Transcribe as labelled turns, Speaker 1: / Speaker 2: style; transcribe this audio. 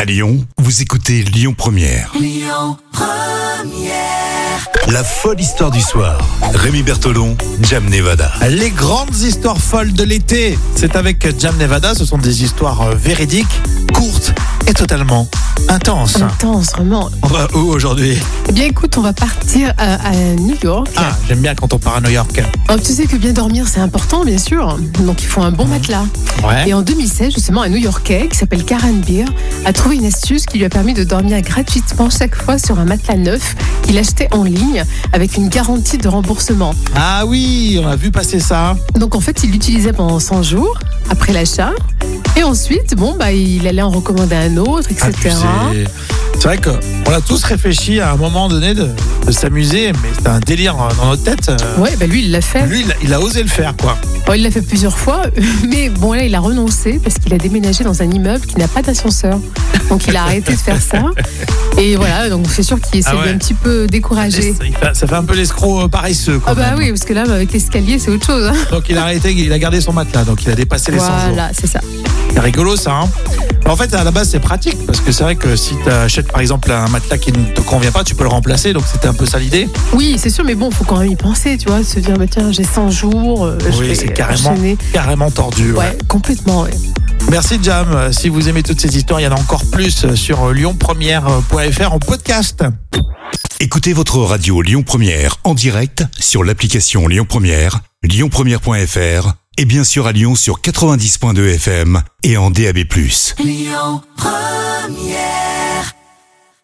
Speaker 1: À Lyon, vous écoutez Lyon Première. Lyon Première. La folle histoire du soir. Rémi Bertolon, Jam Nevada.
Speaker 2: Les grandes histoires folles de l'été, c'est avec Jam Nevada, ce sont des histoires euh, véridiques, courtes et totalement intenses.
Speaker 3: Intense, vraiment.
Speaker 2: On va où aujourd'hui
Speaker 3: Eh bien, écoute, on va partir euh, à New York.
Speaker 2: Ah, j'aime bien quand on part à New York.
Speaker 3: Alors, tu sais que bien dormir, c'est important, bien sûr. Donc, il faut un bon matelas.
Speaker 2: Ouais.
Speaker 3: Et en 2016, justement, un New Yorkais qui s'appelle Karen Beer a trouvé une astuce qui lui a permis de dormir gratuitement chaque fois sur un matelas neuf qu'il achetait en ligne avec une garantie de remboursement.
Speaker 2: Ah oui, on a vu passer ça.
Speaker 3: Donc, en fait, il l'utilisait pendant 100 jours après l'achat. Et ensuite, bon, bah, il allait en recommander un autre,
Speaker 2: Ah,
Speaker 3: etc.
Speaker 2: puis c'est- c'est vrai qu'on a tous réfléchi à un moment donné de, de s'amuser, mais c'est un délire euh, dans notre tête. Euh,
Speaker 3: Ouais, bah lui, il l'a fait.
Speaker 2: Lui, il a, il a osé le faire, quoi.
Speaker 3: Bon, il l'a fait plusieurs fois, mais bon, là, il a renoncé parce qu'il a déménagé dans un immeuble qui n'a pas d'ascenseur. Donc, il a arrêté de faire ça. Et voilà, donc c'est sûr qu'il s'est
Speaker 2: Ah ouais.
Speaker 3: un petit peu découragé.
Speaker 2: Il fait- Ça fait un peu l'escroc euh, paresseux, quoi.
Speaker 3: Ah, bah oui, parce que là, avec l'escalier, c'est autre chose. hein.
Speaker 2: Donc il a arrêté, il a gardé son matelas, donc il a dépassé les 100 jours.
Speaker 3: Voilà, c'est ça.
Speaker 2: C'est rigolo ça. hein en fait, à la base, c'est pratique parce que c'est vrai que si tu achètes par exemple un matelas qui ne te convient pas, tu peux le remplacer. Donc c'était un peu ça l'idée.
Speaker 3: Oui, c'est sûr, mais bon, faut quand même y penser, tu vois, se dire, bah, tiens, j'ai 100 jours, euh, je
Speaker 2: Oui,
Speaker 3: vais
Speaker 2: c'est carrément-
Speaker 3: enchaîner.
Speaker 2: Carrément tordu. ouais.
Speaker 3: Ouais, complètement, ouais.
Speaker 2: Merci Jam. Euh, Si vous aimez toutes ces histoires, il y en a encore plus euh, sur euh, lyonpremière.fr en podcast.
Speaker 1: Écoutez votre radio Lyon Première en direct sur l'application Lyon Première, lyonpremière.fr et bien sûr à Lyon sur 90.2 FM et en DAB+.
Speaker 4: Lyon Première